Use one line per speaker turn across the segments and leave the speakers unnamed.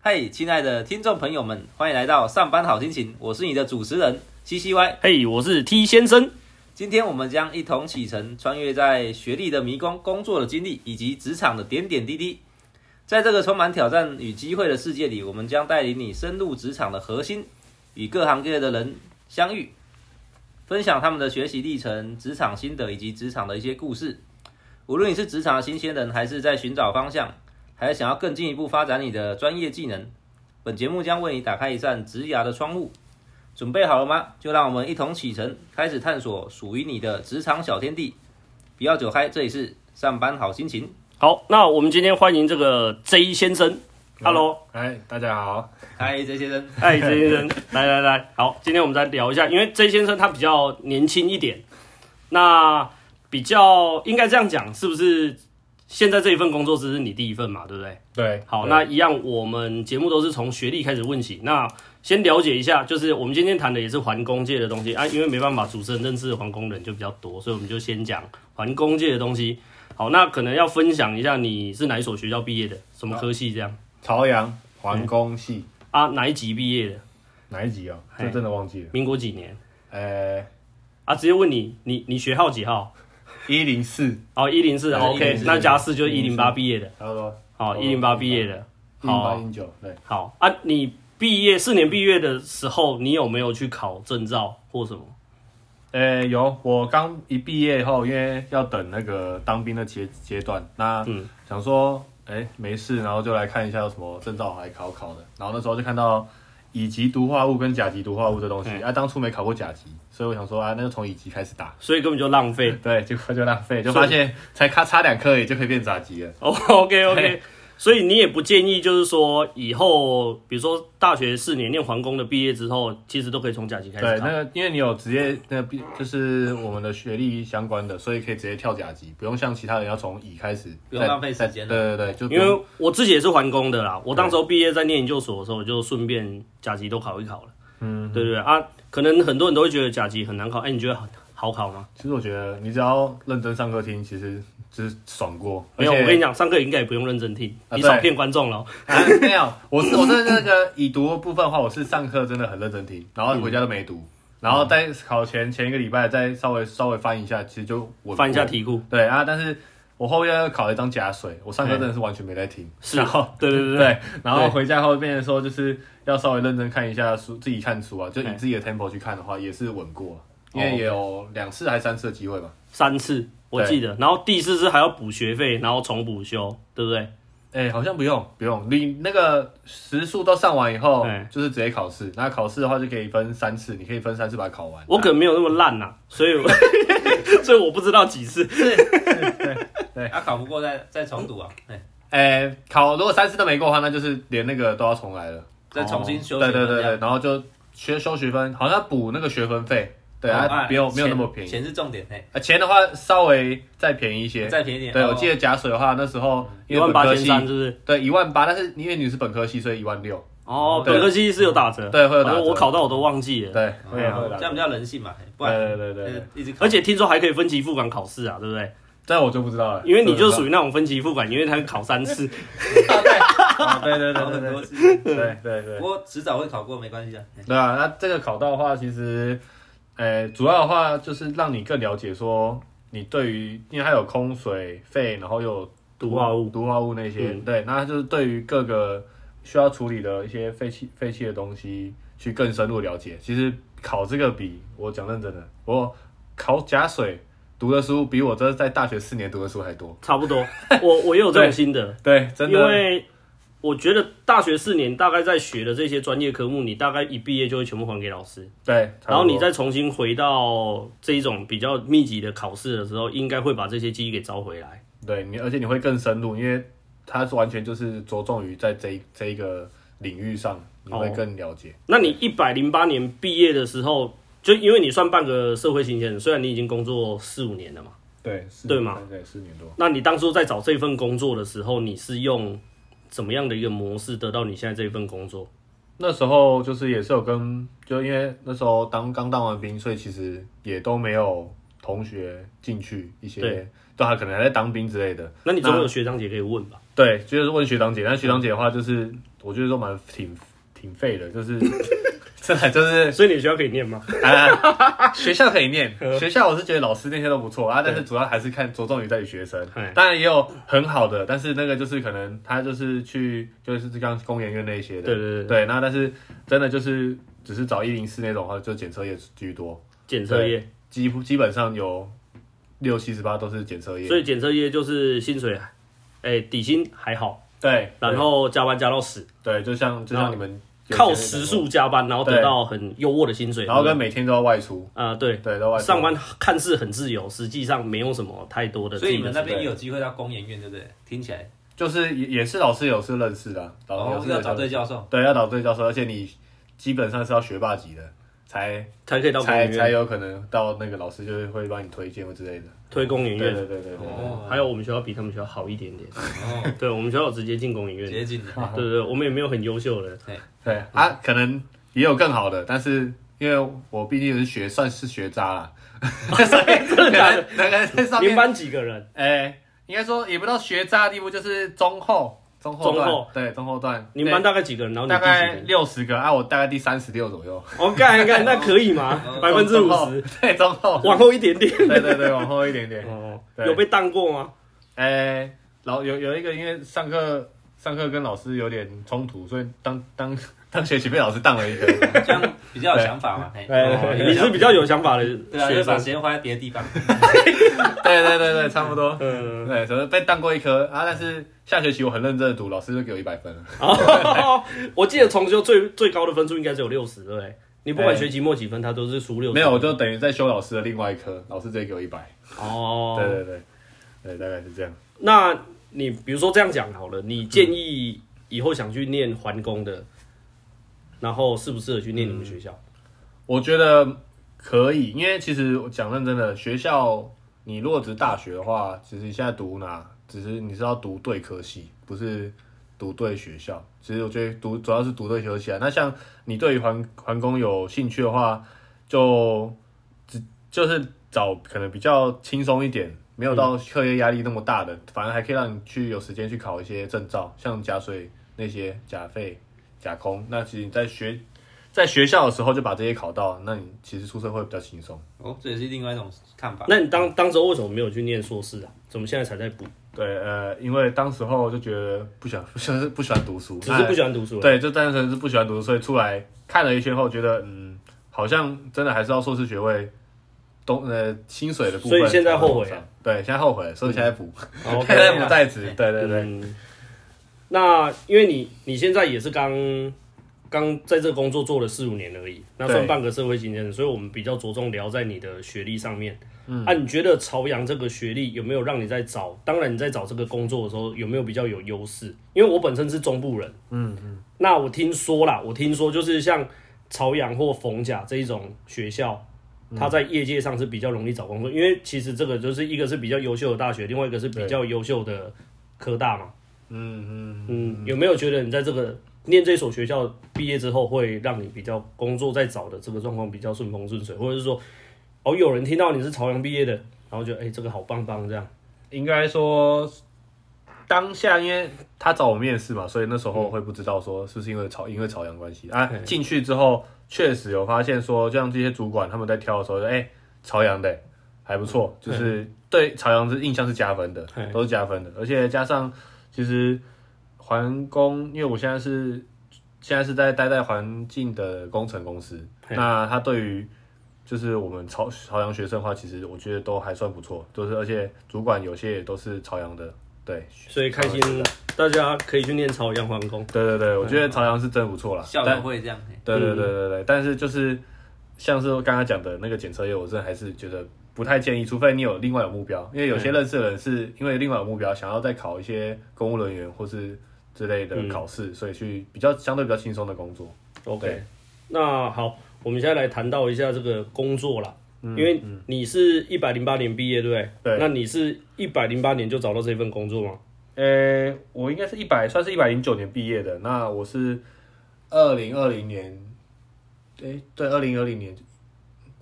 嗨，亲爱的听众朋友们，欢迎来到上班好心情，我是你的主持人七七 Y。
嘿我是 T 先生。
今天我们将一同启程，穿越在学历的迷宫、工作的经历以及职场的点点滴滴。在这个充满挑战与机会的世界里，我们将带领你深入职场的核心，与各行各业的人相遇，分享他们的学习历程、职场心得以及职场的一些故事。无论你是职场的新鲜人，还是在寻找方向，还是想要更进一步发展你的专业技能，本节目将为你打开一扇职涯的窗户。准备好了吗？就让我们一同启程，开始探索属于你的职场小天地。不要走开，这里是上班好心情。
好，那我们今天欢迎这个 J 先生。Hello，
哎，大家好，
嗨，这先生，
嗨，J 先生， 来来来，好，今天我们再聊一下，因为 J 先生他比较年轻一点，那比较应该这样讲，是不是？现在这一份工作只是你第一份嘛，对不对？
对，
好，
对
那一样，我们节目都是从学历开始问起。那先了解一下，就是我们今天谈的也是环工界的东西啊，因为没办法，主持人认识的环工人就比较多，所以我们就先讲环工界的东西。好，那可能要分享一下你是哪一所学校毕业的，什么科系这样
朝阳环工系
啊？哪一级毕业的？
哪一集哦？
哎
这真的忘记了，
民国几年
呃，
啊？直接问你，你你学号几号？
一零四，
哦，一零四
对
，OK，
104
那加四就是一零八毕业的，
差不多，
好，一零八毕业的，
一八
好
一九，对，
好啊。你毕业四年毕业的时候，你有没有去考证照或什么？
呃，有，我刚一毕业后，因为要等那个当兵的阶阶段，那
嗯
想说，哎，没事，然后就来看一下有什么证照还考考的，然后那时候就看到。乙级毒化物跟甲级毒化物这东西，
嗯
啊，当初没考过甲级，所以我想说啊，那就从乙级开始打，
所以根本就浪 费。
对，结果就浪费，就
所以
发现才咔差两颗也就可以变甲级了，
哦、o k OK，
对
所以你也不建议，就是说以后，比如说大学四年念环工的，毕业之后，其实都可以从甲级开
对，
始
那
考。
个因为你有职业，那个毕就是我们的学历相关的，所以可以直接跳甲级，不用像其他人要从乙开始，
不用
再
浪费时间
再对对对，就不
因
用
为我自己也是环工的啦，我当时候毕业在念研究所的时候，我就顺便甲级都考一考了。嗯，对对对啊，可能很多人都会觉得甲级很难考，哎、你觉得好好考吗？
其实我觉得你只要认真上课听，其实就是爽过。
没有，我
而且
跟你讲，上课应该也不用认真听，
啊
你少
对
骗观众了哦。
啊，没有，我是我在那个已读的部分的话，我是上课真的很认真听，
嗯
然后回家都没读，然后在考前前一个礼拜再稍微稍微翻一下，其实就我
翻一下，题库，
对啊，但是。我后面又考了一张假水，我上课真的是完全没在听，
哎是
然后
对对对对
对，然后回家后变成说，就是要稍微认真看一下书，自己看书啊，就以
哎
自己的 tempo 去看的话，也是稳过啊，因为也有两次还三次的机会吧。
三次我记得，然后第四次还要补学费，然后重补修，对不对？
哎、好像不用不用，你那个时数都上完以后
哎，
就是直接考试。那考试的话就可以分三次，你可以分三次把它考完。
我可能没有那么烂呐、所 以我所以我不知道几次。
啊，考不过再再重读啊，哎，
哎、考如果三次都没过的话，那就是连那个都要重来了。
再重新修
对
学分
对对
这
对，
样，
然后就学修学分，好像补那个学分费。对
哦
啊，没有没有那么便宜。
钱钱是重点，哎，
啊，钱的话稍微再便宜一些，
再便宜一点
对，
哦
我记得假水的话，那时候
一
因
万
为
八
本科
千
系，
三是不是？
对，一万八，但是因为你是本科系，所以一万六，
哦，
嗯对
本科系是有打折，
对会有打折
哦我考到我都忘记了。
对，
哦
会啊会啦
这样比较人性嘛，哎不然
对对对对
呃
对，
一直考
而且听说还可以分期付款考试啊，对不对？
这我就不知道了，
因为你就是属
于
于那种分期付款，因为他考三次，
对对
考
对对
很多
对
次，
对对
不
对，
过迟早会考过，没关系啊。哎
对啊，那这个考到的话，其实，呃，主要的话就是让你更了解说你对于，因为它有空水肺，然后又有
毒化物
毒化物那些，
嗯
对，那就是对于各个需要处理的一些废气废气的东西，去更深入了解。其实考这个比我讲认真的，我考假水读的书比我这在大学四年读的书还多。
差不多。我我也有这种心得，
对，真
因
的，
为我觉得大学四年大概在学的这些专业科目，你大概一毕业就会全部还给老师，
对，
然后你
在
再重新回到这一种比较密集的考试的时候，应该会把这些记忆给招回来。
对你，而且你会更深入，因为它是完全就是着重于在这一这一个领域上，你会
哦
更了解。
那你一百零八年毕业的时候，就因为你算半个社会新鲜人，虽然你已经工作四五年了嘛，
对，四
对吗？
对，四年多。
那你当初在找这份工作的时候，你是用怎么样的一个模式得到你现在这一份工作？
那时候就是也是有跟，就因为那时候当刚当完兵，所以其实也都没有同学进去一些，
对
对，他可能还在当兵之类的。
那你总有学长姐可以问吧？
对，就是问学长姐，但学长姐的话就是 我觉得都蛮挺挺废的，就是 真的就是
所以你学校可以念吗？
啊， 学校可以念，学校我是觉得老师那些都不错啊，但是主要还是看着重于在于学生
对，
当然也有很好的，但是那个就是可能他就是去就是刚公研院那些的，
对对对
对，那但是真的就是只是找一零四那种的话，就检测业居多，
检测业，
基基本上有六七十八都是检测业，
所以检测业就是薪水，哎、底薪还好，
对，
然后加班加到死，
对，就像就
然后
像你们有
靠
前面讲
时
过，
数加班，然后得
对
到很优渥的薪水，嗯
然后跟每天都要外出，
啊、对。
对，都要外出
上班看似很自由，实际上没有什么太多的自
所
己
以
的
你
时
们
间。
那边也有机会到工研院，对不对？听起来，
就是也也是老师有是认识的啊，
然
老
后
师有
哦要
是
找对教授，
对，要找对教授，而且你基本上是要学霸级的，才
才可以到公
才
园
才有可能到那个老师就是会帮你推荐或之类的。
推公营
对
院，
对对对对，
哦，
还有我们学校比他们学校好一点点。
哦，
对，我们学校有直接进公营院，
接 近哎的，
对对，对我们也没有很优秀的，
对啊，可能也有更好的，但是。因为我毕竟是学算是学渣 啦，
真的假的？
大概在 上
你们
面，
班几个人？
哎、应该说也不到学渣的地步，就是中后中后
中
段，
后
对中后段，
你们班大概几个人？然后你
大
第几
概
名？
六十个啊，我大概第三十六左右，
我干干，那可以 吗？百分之
中
五
后
十，，
对中后，
往后一点点。
对对对，往后一点点。
哦，
对
有被当过吗？
哎、老有有一个因为上课上课跟老师有点冲突，所以当当 当学期被老师当了一个。
这样比较有想法嘛。哎嘿
对对
哦你是比较有想法的
对啊，就
学
是把
生
时。间花在别的地方。
对对对对，差不多。
嗯，
对，所以被当过一科啊，但是下学期我很认真的读，老师就给我一百分了。
哦，我记得重修最最高的分数应该只有六十，对不对？你不管
哎
学期末几分，他都是输六十。
没有，我就等于在修老师的另外一科，老师直接给我一百。
哦，
对对对，对，大概是这样。
那你比如说这样讲好了，你建议以后想去念环工的，然后适不适合去念你们学校？
我觉得可以，因为其实我讲认真的，学校你如果只是大学的话，其实你现在读哪，只是你是要读对科系，不是读对学校。其实我觉得读主要是读对科系啊。那像你对于环环工有兴趣的话，就只就是找可能比较轻松一点。没有到课业压力那么大的，反而还可以让你去有时间去考一些证照，像假水那些假费、假空。那其实你在学在学校的时候就把这些考到，那你其实出社会比较轻松。
哦，这也是另外一种看
嗯
法。
那你当当时候为什么没有去念硕士啊？怎么现在才在补？
对，呃，因为当时候就觉得不喜欢，不喜欢 不喜欢读书，
只是不喜欢读书
那
而已。
对，就单纯是不喜欢读书，所以出来看了一圈后，觉得嗯，好像真的还是要硕士学位，东呃薪水的部分，
所以现在后悔啊
对，现在后悔，所以现在补，
哦
现在
，OK
补在职，对对对，
嗯那因为你你现在也是刚刚在这工作做了四五年而已，那算
对
半个社会新鲜人，所以我们比较着重聊在你的学历上面。嗯，啊，你觉得朝阳这个学历有没有让你在找？当然你在找这个工作的时候有没有比较有优势？因为我本身是中部人，嗯嗯，那我听说啦，我听说就是像朝阳或逢甲这一种学校。他在业界上是比较容易找工作，因为其实这个就是一个是比较优秀的大学，另外一个是比较优秀的科大嘛。嗯嗯嗯，有没有觉得你在这个念这所学校毕业之后，会让你比较工作在找的这个状况比较顺风顺水，或者是说，哦，有人听到你是朝阳毕业的，然后就哎、这个好棒棒这样。
应该说。当下，因为他找我面试嘛，所以那时候会不知道说是不是因为朝因为朝阳关系啊。进去之后，确实有发现说，就像这些主管他们在挑的时候，哎、朝阳的、还不错，就是对朝阳是印象是加分的
嗯嘿，
都是加分的。而且加上其实环工，因为我现在是现在是在待在环境的工程公司，
嘿
那他对于就是我们朝朝阳学生的话，其实我觉得都还算不错，都是而且主管有些也都是朝阳的，对
所以开
啊
心，大家可以去念朝阳皇宫。
对对对，我觉得朝阳是真的不错啦。
校
但
友会这样，嘿
对对对对对，但是就是像是刚刚讲的那个检测业，我真的还是觉得不太建议，除非你有另外有目标，因为有些认识的人是因为另外有目标，想要再考一些公务人员或是之类的考试，所以去比较相对比较轻松的工作。
OK，
对
那好，我们现在来谈到一下这个工作啦。因为你是一百零八年毕业，对不对？
嗯对
那你是一百零八年就找到这份工作吗？
呃、我应该是一百，算是一百零九年毕业的，那我是二零二零年，哎、对，二零二零年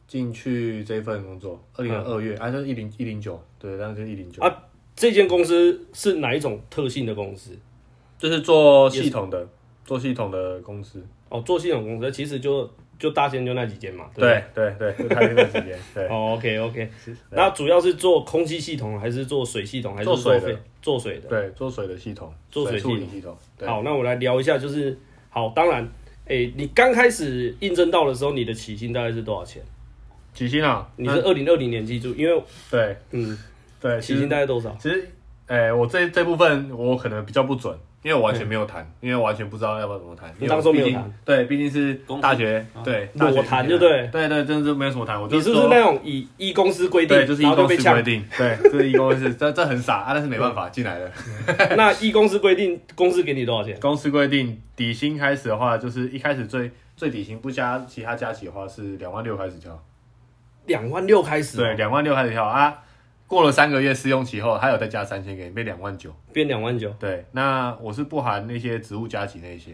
进去这份工作，二零二月，啊，就是一零一零九，对，当时就一零九
嗯啊，这间公司是哪一种特性的公司？
就是做系统的，做系统的公司。
哦，做系统公司其实就就大仙就那几间嘛，不
对对对，就太那时间。 对，
哦，OK OK，那主要是做空气系统，还是做水系统，还是
做水的
废做水的？
对，做水的系统，
做水
水
系统
处理系统。对，
好，那我来聊一下，就是好，当然，诶、你刚开始应征到的时候，你的起薪大概是多少钱？
起薪啊，
你是二零二零年记住，因为
对
嗯，
对，
起
其
薪
实
大概多少？
其实，哎，我这这部分我可能比较不准，因为我完全没有谈，因为我完全不知道要不要怎么谈。
你当初没有
因为我毕竟，对，毕竟是
公司
大学，对，
裸
大学
谈
毕
就
竟
对
对对，真的是没有什么谈，我就
你是不
说
是那种以依公司规定，
对，就是一
然后就
公
被
司规
呛？嗯
定，对， 这是一公司，这这很傻啊，但是没办法，进来了。
那依公司规定，公司给你多少钱？
公司规定底薪开始的话，就是一开始最最底薪不加其他加起的话是两万六开始交，
两万六开始、
对，，两万六开始交啊。过了三个月试用期后，还有再加三千给你，变两万九。
变两万九，
对，那我是不含那些植物加起那些，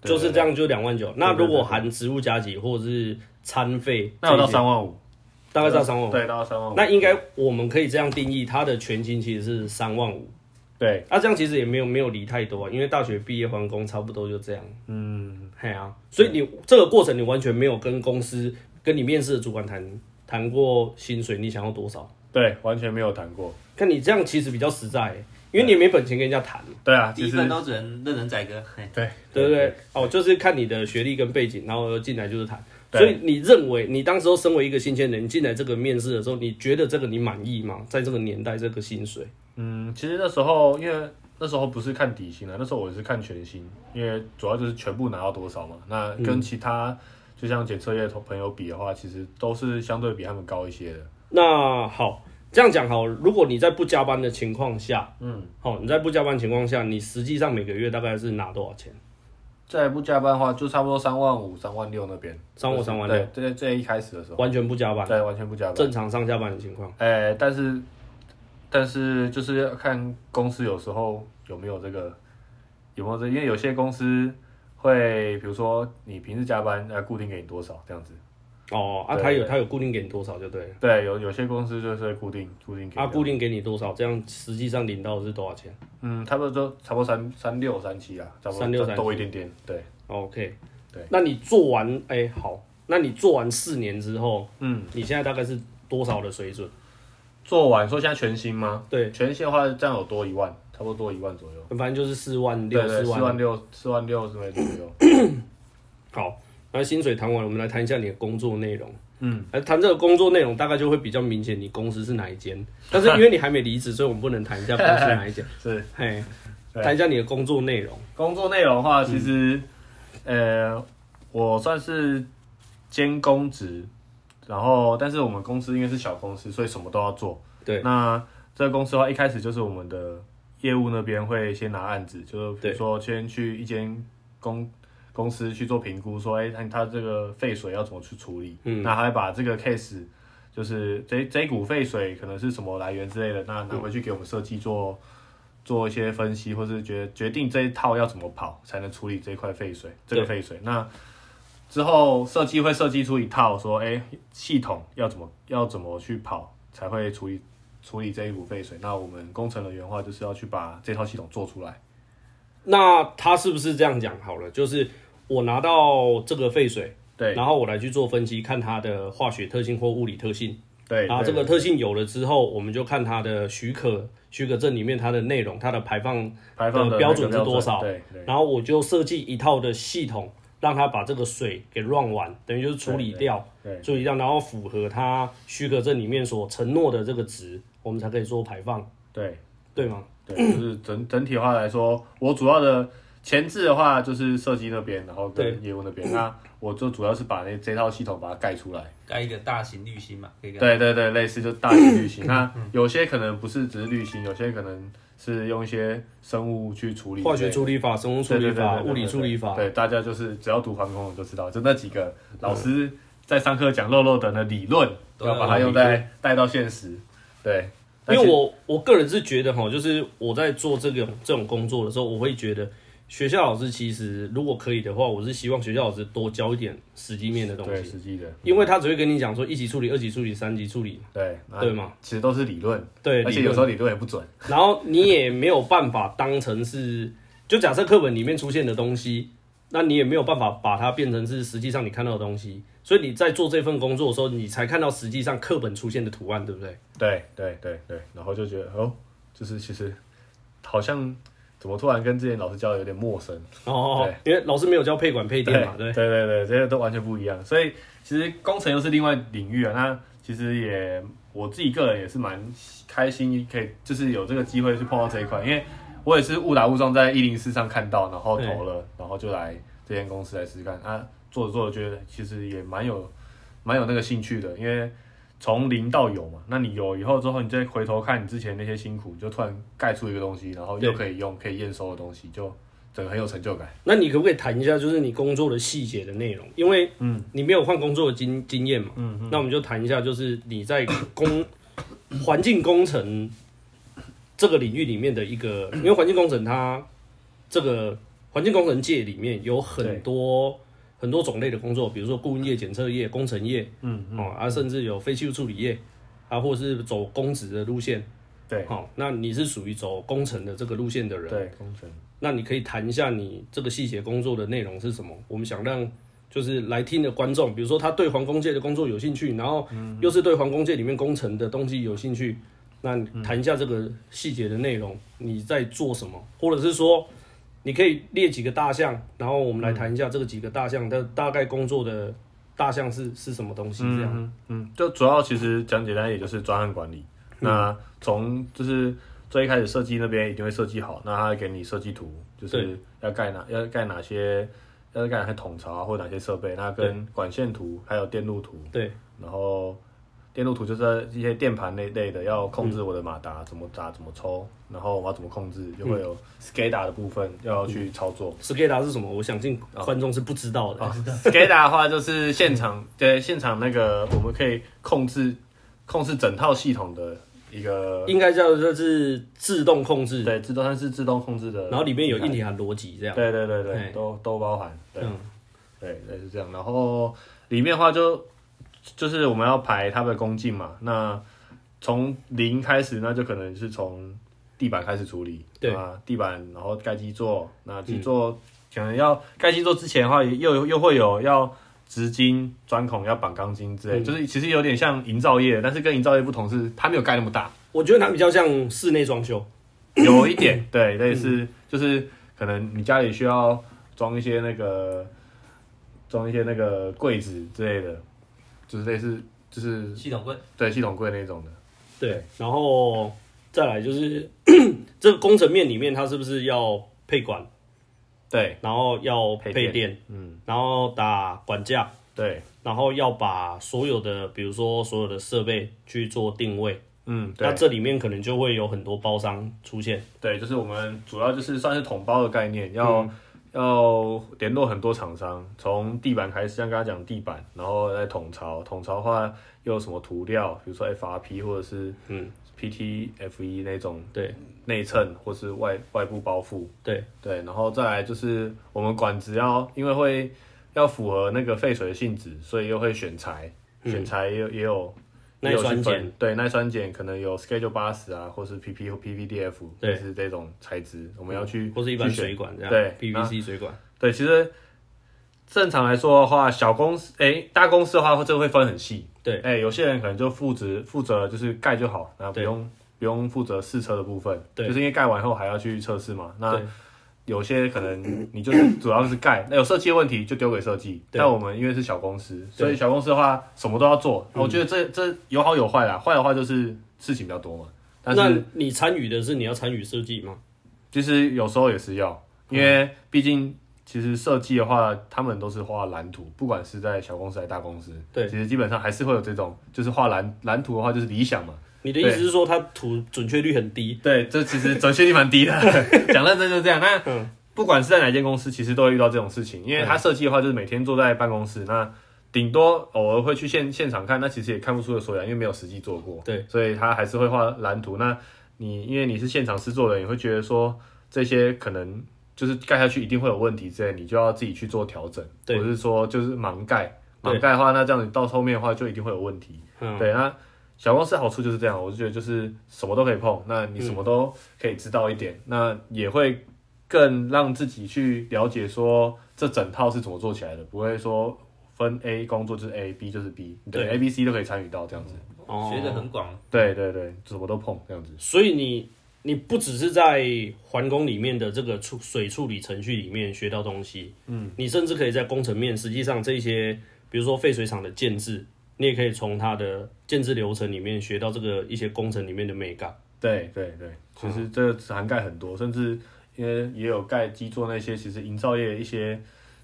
对
就是这。样，就两万九。那如
对
果
对
含植物加给或者是餐费，
那有
这
到
些
三万五，
大概到三万五。
哦对，到三万五。
那应该我们可以这样定义，它的全薪其实是三万五。
对，
那、这样其实也没有没有离太多啊，因为大学毕业还工差不多就这样。
嗯，
嘿啊，所以你这个过程你完全没有跟公司跟你面试的主管谈谈过薪水，你想要多少？
对，完全没有谈过。
看你这样其实比较实在欸、因为你也没本钱跟人家谈，
对啊，
第
其
一
实
份都只能任人宰割。嘿
对
对不对？哦，就是看你的学历跟背景，然后进来就是谈。
对
所以你认为你当时候身为一个新鲜人，你进来这个面试的时候，你觉得这个你满意吗？在这个年代，这个薪水？
嗯，其实那时候因为那时候不是看底薪啊，那时候我是看全薪，因为主要就是全部拿到多少嘛。那
嗯
跟其他、就像检测业同朋友比的话，其实都是相对比他们高一些的。
那好，这样讲好，如果你在不加班的情况下，嗯，好、你在不加班情况下，你实际上每个月大概是拿多少钱？
再不加班的话，就差不多三万五、三万六那边。
三万五三万六，
对，这这一开始的时候，
完全不加班，
对，完全不加班。
正常上下班的情况。
哎、但是但是就是要看公司有时候有没有这个有没有这因为有些公司会，比如说你平时加班，呃，固定给你多少这样子。
哦，啊，
对
他有他有固定给你多少就对了，
对，有有些公司就是会固定固定给
啊，
的
固定给你多少，这样实际上领到的是多少钱
嗯，差不多都差不多三三六三七啊，差不多
3637
多一点点。对，
哦？OK，
对，
那你做完，哎、好，那你做完四年之后，
嗯，
你现在大概是多少的水准？
做完说现在全薪吗？
对，
全薪的话，这样有多一万，差不多多一万左右。
反正就是四万
对
六，
对，
四
四
万
万六，四万六之类左 右。
好，那薪水谈完，我们来谈一下你的工作内容。嗯，来谈这个工作内容，大概就会比较明显，你公司是哪一间。但是因为你还没离职，所以我们不能谈一下公司哪 一间。
是
嘿，
对
谈一下你的工作内容。
工作内容的话，其实、呃，我算是兼公职，然后但是我们公司因为是小公司，所以什么都要做。
对，
那这个公司的话，一开始就是我们的业务那边会先拿案子，就是比
对
如说先去一间公公司去做评估，说，哎、他他这个废水要怎么去处理？
嗯
那他会把这个 case，就是这这一股废水可能是什么来源之类的，
嗯
那拿回去给我们设计做。做一些分析，或是决决定这一套要怎么跑才能处理这块废水，这个废水。那之后设计会设计出一套说，哎、系统要怎么要怎么去跑才会处理处理这一股废水。那我们工程人员的话，就是要去把这套系统做出来。
那他是不是这样讲好了？就是我拿到这个废水，
对
然后我来去做分析，看它的化学特性或物理特性。
对，
然后啊这
对
个特性有了之后，我们就看它的许可许可证里面它的内容、它的排放
排放
的
的
呃标
那个
准是多少
对对
然后我就设计一套的系统，让它把这个水给 run 完，等于就是处理掉，
对，
处理掉，然后符合它许可证里面所承诺的这个值，我们才可以做排放，
对
对吗？
对，就是整整体的话来说，我主要的前置的话就是设计那边，然后跟业务那边。那我就主要是把那这套系统把它盖出
嗯
来。
盖一个大型滤芯嘛，可以
对对对，类似就大型滤芯。
嗯
那有些可能不是只是滤芯，有些可能是用一些生物去处理
化学处理法、生物处理法、
对对对对对
物理处理法，
对，大家就是只要读航空的就知道，就那几个老师在上课讲肉肉等的理论，
都要
要把它用在带到现实。对，
啊因为我我个人是觉得哈，就是我在做这个这种工作的时候，我会觉得学校老师其实如果可以的话，我是希望学校老师多教一点实际面的东
对
西，
实际的，
因为他只会跟你讲说一级处理、二级处理、三级处理，
对那
对吗？
其实都是理论，
对，
而
理
且
论
有时候理论也不准。
然后你也没有办法当成是，就假设课本里面出现的东西，那你也没有办法把它变成是实际上你看到的东西。所以你在做这份工作的时候，你才看到实际上课本出现的图案，对不对？
对对对对，然后就觉得哦，就是其实好像怎么突然跟之前老师教的有点陌生，
哦，因为老师没有教配管配电嘛，对
对对对，这些都完全不一样。所以其实工程又是另外领域啊。那其实也我自己个人也是蛮开心，可以就是有这个机会去碰到这一块，因为我也是误打误撞在一零四上看到，然后投了，然后就来这间公司来试试看啊。做着做着觉得其实也蛮有蛮有那个兴趣的，因为从零到有嘛。那你有以后之后，你再回头看你之前那些辛苦，你就突然盖出一个东西，然后又可以用可以验收的东西，就整个很有成就感。
那你可不可以谈一下，就是你工作的细节的内容？因为，嗯，你没有换工作的经经验嘛，嗯那我们就谈一下，就是你在工环境工程这个领域里面的一个，因为环境工程它这个环境工程界里面有很多很多种类的工作，比如说顾问业、检测业、工程业，嗯哦，啊，甚至有非技术处理业，啊，或者是走公职的路线，
对
哦，那你是属于走工程的这个路线的人，
对，工程。
那你可以谈一下你这个细节工作的内容是什么？我们想让就是来听的观众，比如说他对皇宫界的工作有兴趣，然后又是对皇宫界里面工程的东西有兴趣，那你谈一下这个细节的内容，你在做什么，或者是说你可以列几个大项，然后我们来谈一下这个几个大项的大概工作的大项是是什么东西这样。
嗯嗯，就主要其实讲简单，也就是专案管理。
嗯
那从就是最一开始设计那边一定会设计好，那他会给你设计图，就是要盖哪要盖哪些，要盖哪些统槽啊，或者哪些设备，那跟管线图还有电路图，
对，
然后电路图就是一些电盘那一类的，要
嗯
控制我的马达、怎么打怎么抽，然后我要怎么控制，就
嗯
会有 SCADA 的部分要去操作。
s c a d a 是什么？我相信观众是不知道的。
哦 SCADA 的话就是现场， 对现场那个我们可以控制控制整套系统的一个，
应该叫就是自动控制，
对，自动它是自动控制的，
然后里面有硬体含逻辑这样。
对对对对
嘿，
都都包含，对啊
嗯
对对是这样。然后里面的话就就是我们要排它的工进嘛，那从零开始，那就可能是从地板开始处理，
对嗯
啊，地板，然后盖基座，那基座可能要盖基座之前的话，也又又会有要直筋、钻孔、要绑钢筋
嗯
之类，就是其实有点像营造业，但是跟营造业不同是它没有盖那么大，
我觉得它比较像室内装修，
有一
嗯
点对，类似就是可能你家里需要装一些那个装一些那个柜子之类的，就是类似就是
系统柜
对系统柜那种的。
对。然后再来就是 这个工程面里面，它是不是要配管，
对
然后要配
配
电，
嗯，
然后打管架，
对，
然后要把所有的，比如说所有的设备去做定位。
嗯，对
那，这里面可能就会有很多包商出现，
对，就是我们主要就是算是统包的概念，要、
嗯
要联络很多厂商，从地板开始，像刚刚讲地板，然后再统槽，统槽的话又有什么涂料，比如说 FRP 或者是
嗯
PTFE E 那种
对
内衬或是外外部包覆，
对，
对，然后再来就是我们管子要因为会要符合那个废水的性质，所以又会选材，选材也有也有
嗯耐酸碱
也有去分对耐酸碱可能有 Schedule 八十啊，或是 PP 或 PVDF，
对
就是这种材质，我们要去
或是一般
去选
水管这样，
对
，PVC 水管，
对，其实正常来说的话，小公司哎、大公司的话，这个会分很细。
对
哎、有些人可能就负责负责就是盖就好，那不用不用负责试车的部分，
对
就是因为盖完后还要去测试嘛。那
对
有些可能你就是主要是盖，那有设计的问题就丢给设计。
对
但我们因为是小公司，
对嗯
所以小公司的话什么都要做。我觉得这这有好有坏啦，坏的话就是事情比较多嘛，但是
那你参与的是你要参与设计吗？
其实有时候也是要，因
嗯
为毕竟其实设计的话，他们都是画蓝图，不管是在小公司还是大公司，
对
其实基本上还是会有这种，就是画蓝蓝图的话就是理想嘛。
你的意思是说它图准确率很低，
对，这其实准确率蛮低的， 讲认真就是这样。那
嗯
不管是在哪间公司，其实都会遇到这种事情，因为他设计的话就是每天坐在办公室，那顶多偶尔会去现现场看，那其实也看不出个所以然，因为没有实际做过。
对，
所以他还是会画蓝图。那你因为你是现场制作人，你会觉得说这些可能就是盖下去一定会有问题之类，你就要自己去做调整，或
对
者是说就是盲盖。
对
盲盖的话，那这样子到后面的话就一定会有问题。
嗯，
对，那小公司好处就是这样，我就觉得就是什么都可以碰，那你什么都可以知道一点，那也会更让自己去了解说这整套是怎么做起来的，不会说分 A 工作就是 A，B 就是 B，对
对
A、B、C 都可以参与到这样子。
哦
学的很广，
对对对，什么都碰这样子。
所以你你不只是在环工里面的这个处水处理程序里面学到东西，嗯，你甚至可以在工程面，实际上这些，比如说废水厂的建制，你也可以从它的建制流程里面学到这个一些工程里面的美感。
对对对，其实这涵盖很多，甚至因为也有盖基座那些，其实营造业一些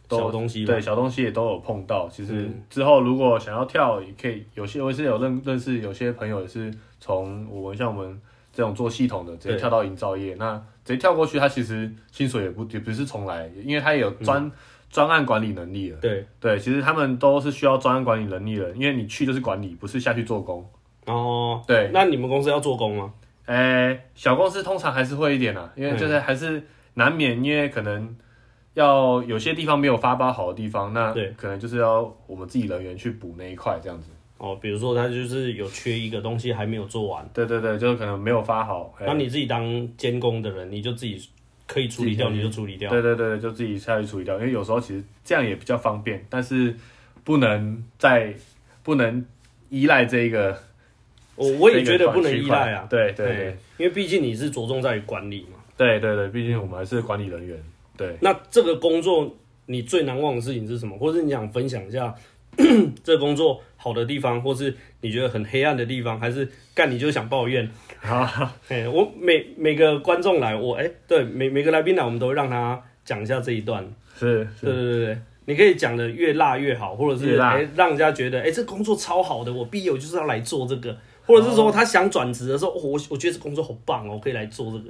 都
小东西嗯嘛
对小东西也都有碰到。其实之后如果想要跳，也可以有些我也是有认认识有些朋友也是从我们像我们这种做系统的直接
对
跳到营造业，那直接跳过去，他其实薪水也不也不是重来，因为他也有
嗯
专、专案管理能力了。
对，
对，其实他们都是需要专案管理能力的，因为你去就是管理，不是下去做工。
然后
对
那你们公司要做工吗？
诶、哎小公司通常还是会一点啊啦，因为
嗯
就是还是难免，因为可能要有些地方没有发包好的地方，那
对
可能就是要我们自己人员去补那一块这样子。
哦，比如说他就是有缺一个东西还没有做完，
对对对，就是可能没有发好，哎诶
那你自己当监工的人，你就自己可以处理掉，
自己
你就处理掉。
对对对，就自己下去处理掉，因为有时候其实这样也比较方便，但是不能再不能依赖这一个，
我我也觉
这
得
个
不能
区
依
块
赖啊，
对对对
哎，因为毕竟你是着重在于管理嘛。
对对对，毕竟我们还是管理人员，对。
那这个工作你最难忘的事情是什么？或是你想分享一下 这个工作好的地方，或是你觉得很黑暗的地方，还是干你就想抱怨？哎，我每每个观众来，我哎、对每每个来宾来，我们都会让他讲一下这一段。
是
对对对对。你可以讲的越辣越好，或者是
越辣
哎、让人家觉得哎、这工作超好的，我毕业我就是要来做这个，或者是说他想转职的时候，哦、我我觉得这工作好棒哦，我可以来做这个。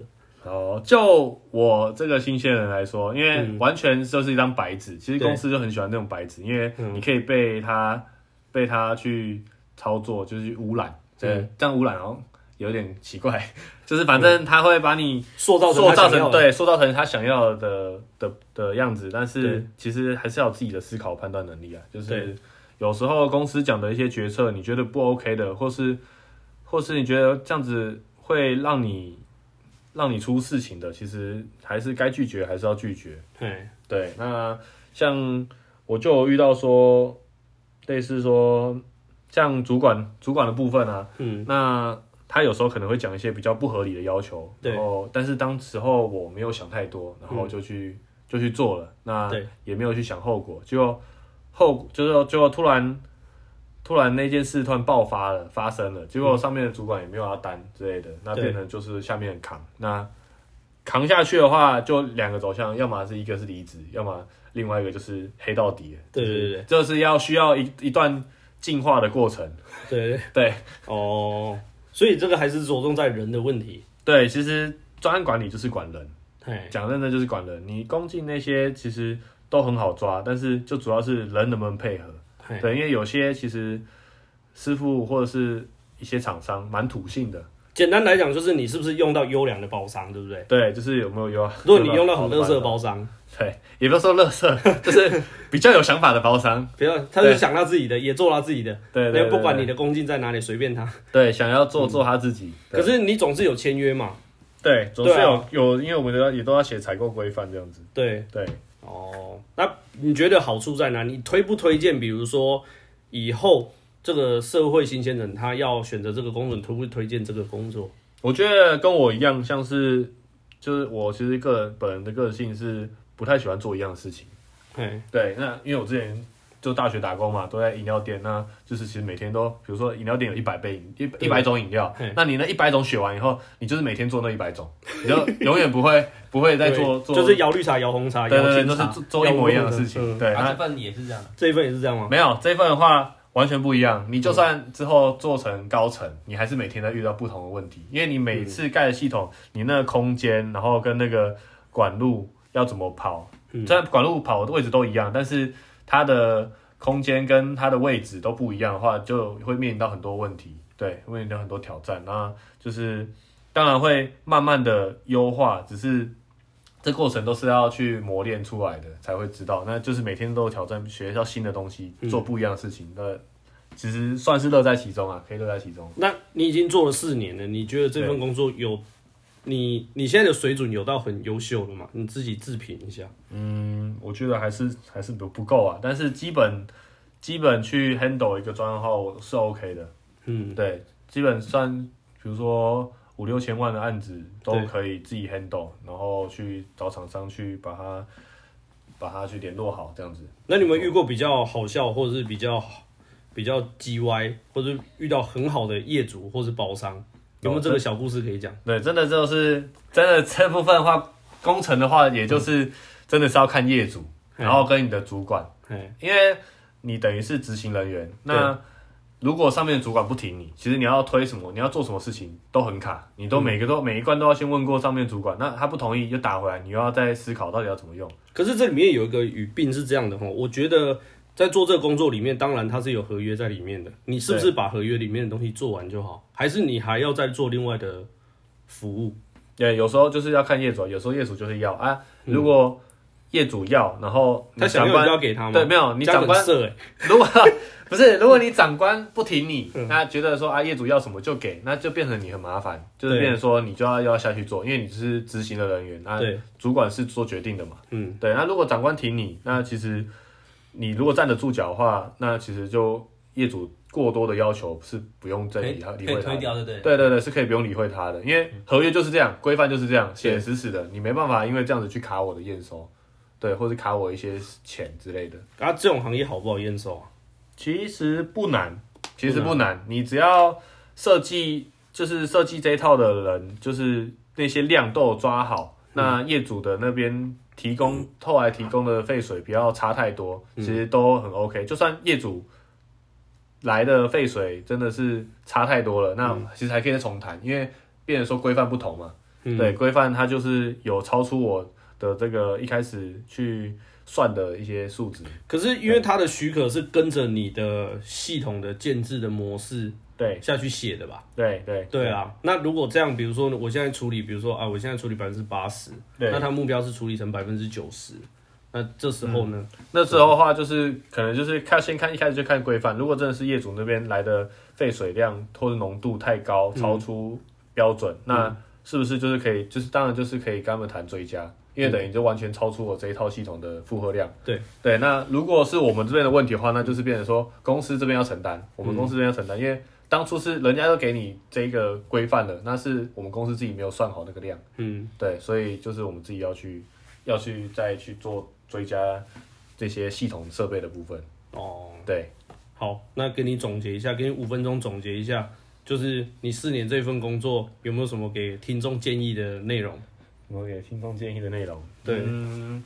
哦，就我这个新鲜人来说，因为完全就是一张白纸，其实公司就很喜欢这种白纸，因为你可以被他、被他去操作，就是去污染，对，这样污染哦有点奇怪， 就是反正他会把你
塑造成
塑
他
造
想要
成
的
对塑造成他想要的的的样子，但是
对
其实还是要有自己的思考判断能力啊，就是
对
有时候公司讲的一些决策，你觉得不 OK 的，或是或是你觉得这样子会让你让你出事情的，其实还是该拒绝还是要拒绝。
哎
对，那像我就有遇到说，类似说像主管主管的部分啊，
嗯，
那他有时候可能会讲一些比较不合理的要求，
对嗯
然后但是当时候我没有想太多，然后就去、就去做了，那
对
也没有去想后果，结果后就是结果突然突然那件事突然爆发了，发生了，结果上面的主管也没有要担之类的，那
嗯对
变成就是下面人扛，那扛下去的话就两个走向，要么是一个是离职，要么另外一个就是黑到底了，
对对对对
这是要需要一一段进化的过程，
对对
对。
哦，所以这个还是着重在人的问题。
对，其实专案管理就是管人，
哎，
讲认真就是管人。你攻进那些其实都很好抓，但是就主要是人能不能配合。
嘿
对，因为有些其实师傅或者是一些厂商蛮土性的，
简单来讲就是你是不是用到优良的包商，对不对？
对，就是有没有优？
如果你用到很垃圾的
包，
包商，
对，也不要说垃圾， 就是比较有想法的包商，
不要，他就想他自己的，也做他自己的，
对对
那
对，
不管
对
你的恭敬在哪里，随便他。
对想要做做他自己，对
可是你总是有签约嘛，
对总是
对啊
有有，因为我们都要也都要写采购规范这样子，
对，
对。
哦，那你觉得好处在哪？你推不推荐？比如说以后这个社会新鲜人他要选择这个工作，你推不推荐这个工作？
我觉得跟我一样，像是就是我其实个人本人的个性是不太喜欢做一样的事情。
哎，
对，那因为我之前就大学打工嘛，都在饮料店，那就是其实每天都，比如说饮料店有一百杯饮一一百种饮料
嘿，
那你那一百种选完以后，你就是每天做那一百种，你就永远不会不会再做
对
做，
就是摇绿茶、摇红茶、
对对
摇
对，
清
都
茶
是，做做一模 一样的事
摇乌龙嗯
情。对，
啊，
那
这份也是这样，
这一份也是这样吗？
没有这一份的话完全不一样。你就算之后做成高层，你还是每天在遇到不同的问题，因为你每
嗯
次盖的系统，你那个空间，然后跟那个管路要怎么跑，
嗯
虽然管路跑的位置都一样，但是它的空间跟它的位置都不一样的话，就会面临到很多问题，对，会面临到很多挑战。那就是当然会慢慢的优化，只是这过程都是要去磨练出来的，才会知道。那就是每天都有挑战，学到新的东西，做不一样的事
嗯
情，那其实算是乐在其中啊，可以乐在其中。
那你已经做了四年了，你觉得这份工作有你你现在的水准有到很优秀了嘛？你自己自评一下。
嗯，我觉得还是还是不不够啊，但是基本基本去 handle 一个专案后是 OK 的，
嗯，
对，基本上比如说五六千万的案子都
对
可以自己 handle，然后去找厂商去把它把它去联络好这样子。
那你们遇过比较好笑，或者是比较比较叽歪，或者是遇到很好的业主或是包商，有没有这个小故事可以讲？
对，真的就是真的 这部分的话，工程的话，也就是真的是要看业主，
嗯
然后跟你的主管，
哎，
因为你等于是执行人员。那如果上面的主管不挺你，其实你要推什么，你要做什么事情都很卡，你都
嗯
每个都、每一关都要先问过上面主管，那他不同意就打回来，你又要再思考到底要怎么用。
可是这里面有一个语病是这样的哈，我觉得在做这个工作里面，当然它是有合约在里面的，你是不是把合约里面的东西做完就好，还是你还要再做另外的服务？
对，有时候就是要看业主，有时候业主就是要啊，如果业主要，然后你
嗯他想
长
要
官
就要给他吗？
对没有你
这样
长官
很色哎、
如果不是，如果你长官不挺你，
嗯
那觉得说啊业主要什么就给，那就变成你很麻烦，就是
对
变成说你就要要下去做，因为你是执行的人员，那
对
主管是做决定的嘛。
嗯，
对，那如果长官挺你，那其实你如果站得住脚的话，那其实就业主过多的要求是不用再
可以
理他
可
理
以
会他
推
的。
掉，对不嗯对？
对对对，是可以不用理会他的，因为合约就是这样，规范就是这样，写得死死的，你没办法因为这样子去卡我的验收，对，或是卡我一些钱之类的。
啊，这种行业好不好验收啊？
其实不难，其实不难，你只要设计，就是设计这一套的人，就是那些量都有抓好，那业主的那边提供后来提供的废水不要差太多，其实都很 OK。就算业主来的废水真的是差太多了，那其实还可以再重谈，因为变成说规范不同嘛。
嗯
对，规范它就是有超出我的这个一开始去算的一些数值。
可是因为它的许可是跟着你的系统的建制的模式
对
下去写的吧？
对对
对啊，那如果这样，比如说我现在处理，比如说啊，我现在处理百分之八十，
对
那他目标是处理成百分之九十，那这时候呢？
那时候的话，就是可能就是看先看一开始就看规范，如果真的是业主那边来的废水量或者浓度太高，超出标准，那是不是就是可以，就是当然就是可以跟他们谈追加，因为等于就完全超出我这一套系统的负荷量。
对
对，那如果是我们这边的问题的话，那就是变成说公司这边要承担，我们公司这边要承担，因为当初是人家都给你这个规范了，那是我们公司自己没有算好那个量。
嗯，
对，所以就是我们自己要去要去再去做追加这些系统设备的部分。
哦，
对，
好，那给你总结一下，给你五分钟总结一下，就是你四年这份工作有没有什么给听众建议的内 容？
我给听众建议的内容。
对
嗯，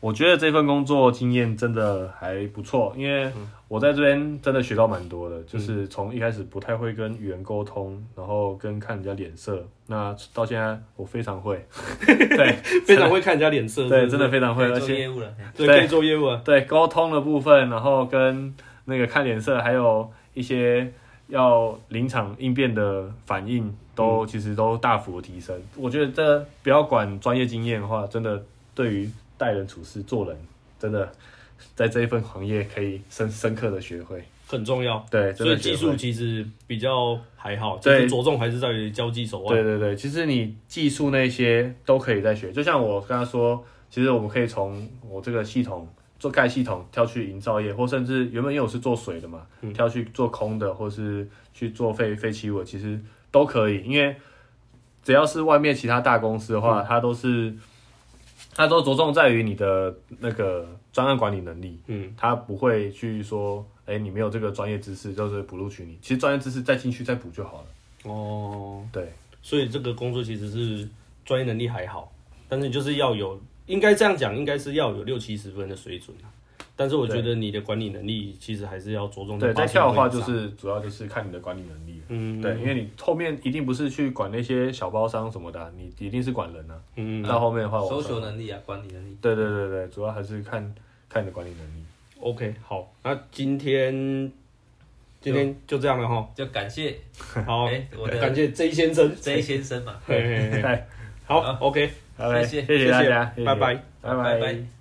我觉得这份工作经验真的还不错，因为我在这边真的学到蛮多的，就是从一开始不太会跟语言沟通，然后跟看人家脸色，那到现在我非常会。对
非常会看人家脸色，
对，
是
真
不
的
是
非常会，
可以
而
做
且
业务了，
对，
对
可以做业务啊，
对沟通的部分，然后跟那个看脸色，还有一些要临场应变的反应，都、其实都大幅提升。我觉得这不要管专业经验的话，真的对于待人处事、做人，真的在这一份行业可以深深刻的学会。
很重要。
对，哎真
所以
的
技
学
术
会。
其实比较还好，就是
对
着重还是在于交际手腕。
对对对，其实你技术那些都可以再学，就像我刚刚说，其实我们可以从我这个系统做盖系统跳去营造业，或甚至原本因为我是做水的嘛，跳去做空的，或是去做废废弃物，其实都可以，因为只要是外面其他大公司的话，它都是它都着重在于你的那个专案管理能力，
嗯，
它不会去说，哎、你没有这个专业知识，就是不录取你，其实专业知识再进去再补就好了，
哦，
对。
所以这个工作其实是专业能力还好，但是你就是要有，应该这样讲，应该是要有六七十分的水准啊。但是我觉得你的管理能力其实还是要着重在
对，在
80
跳的话
分
就
以上
是主要就是看你的管理能力了。
嗯
对，因为你后面一定不是去管那些小包商什么的啊、你一定是管人啊。
嗯，
到后面的话，
搜
我
索能力啊，管理能力。
对对对对，主要还是看看你的管理能力。
OK 好，那今天今天就这样了 哈。
就感谢
好
哎我，的
感谢 J 先生，
J 先生嘛，
嘿嘿嘿
对，
好 OK，
好嘞
谢谢
谢谢大家，
谢谢拜拜
拜
拜拜。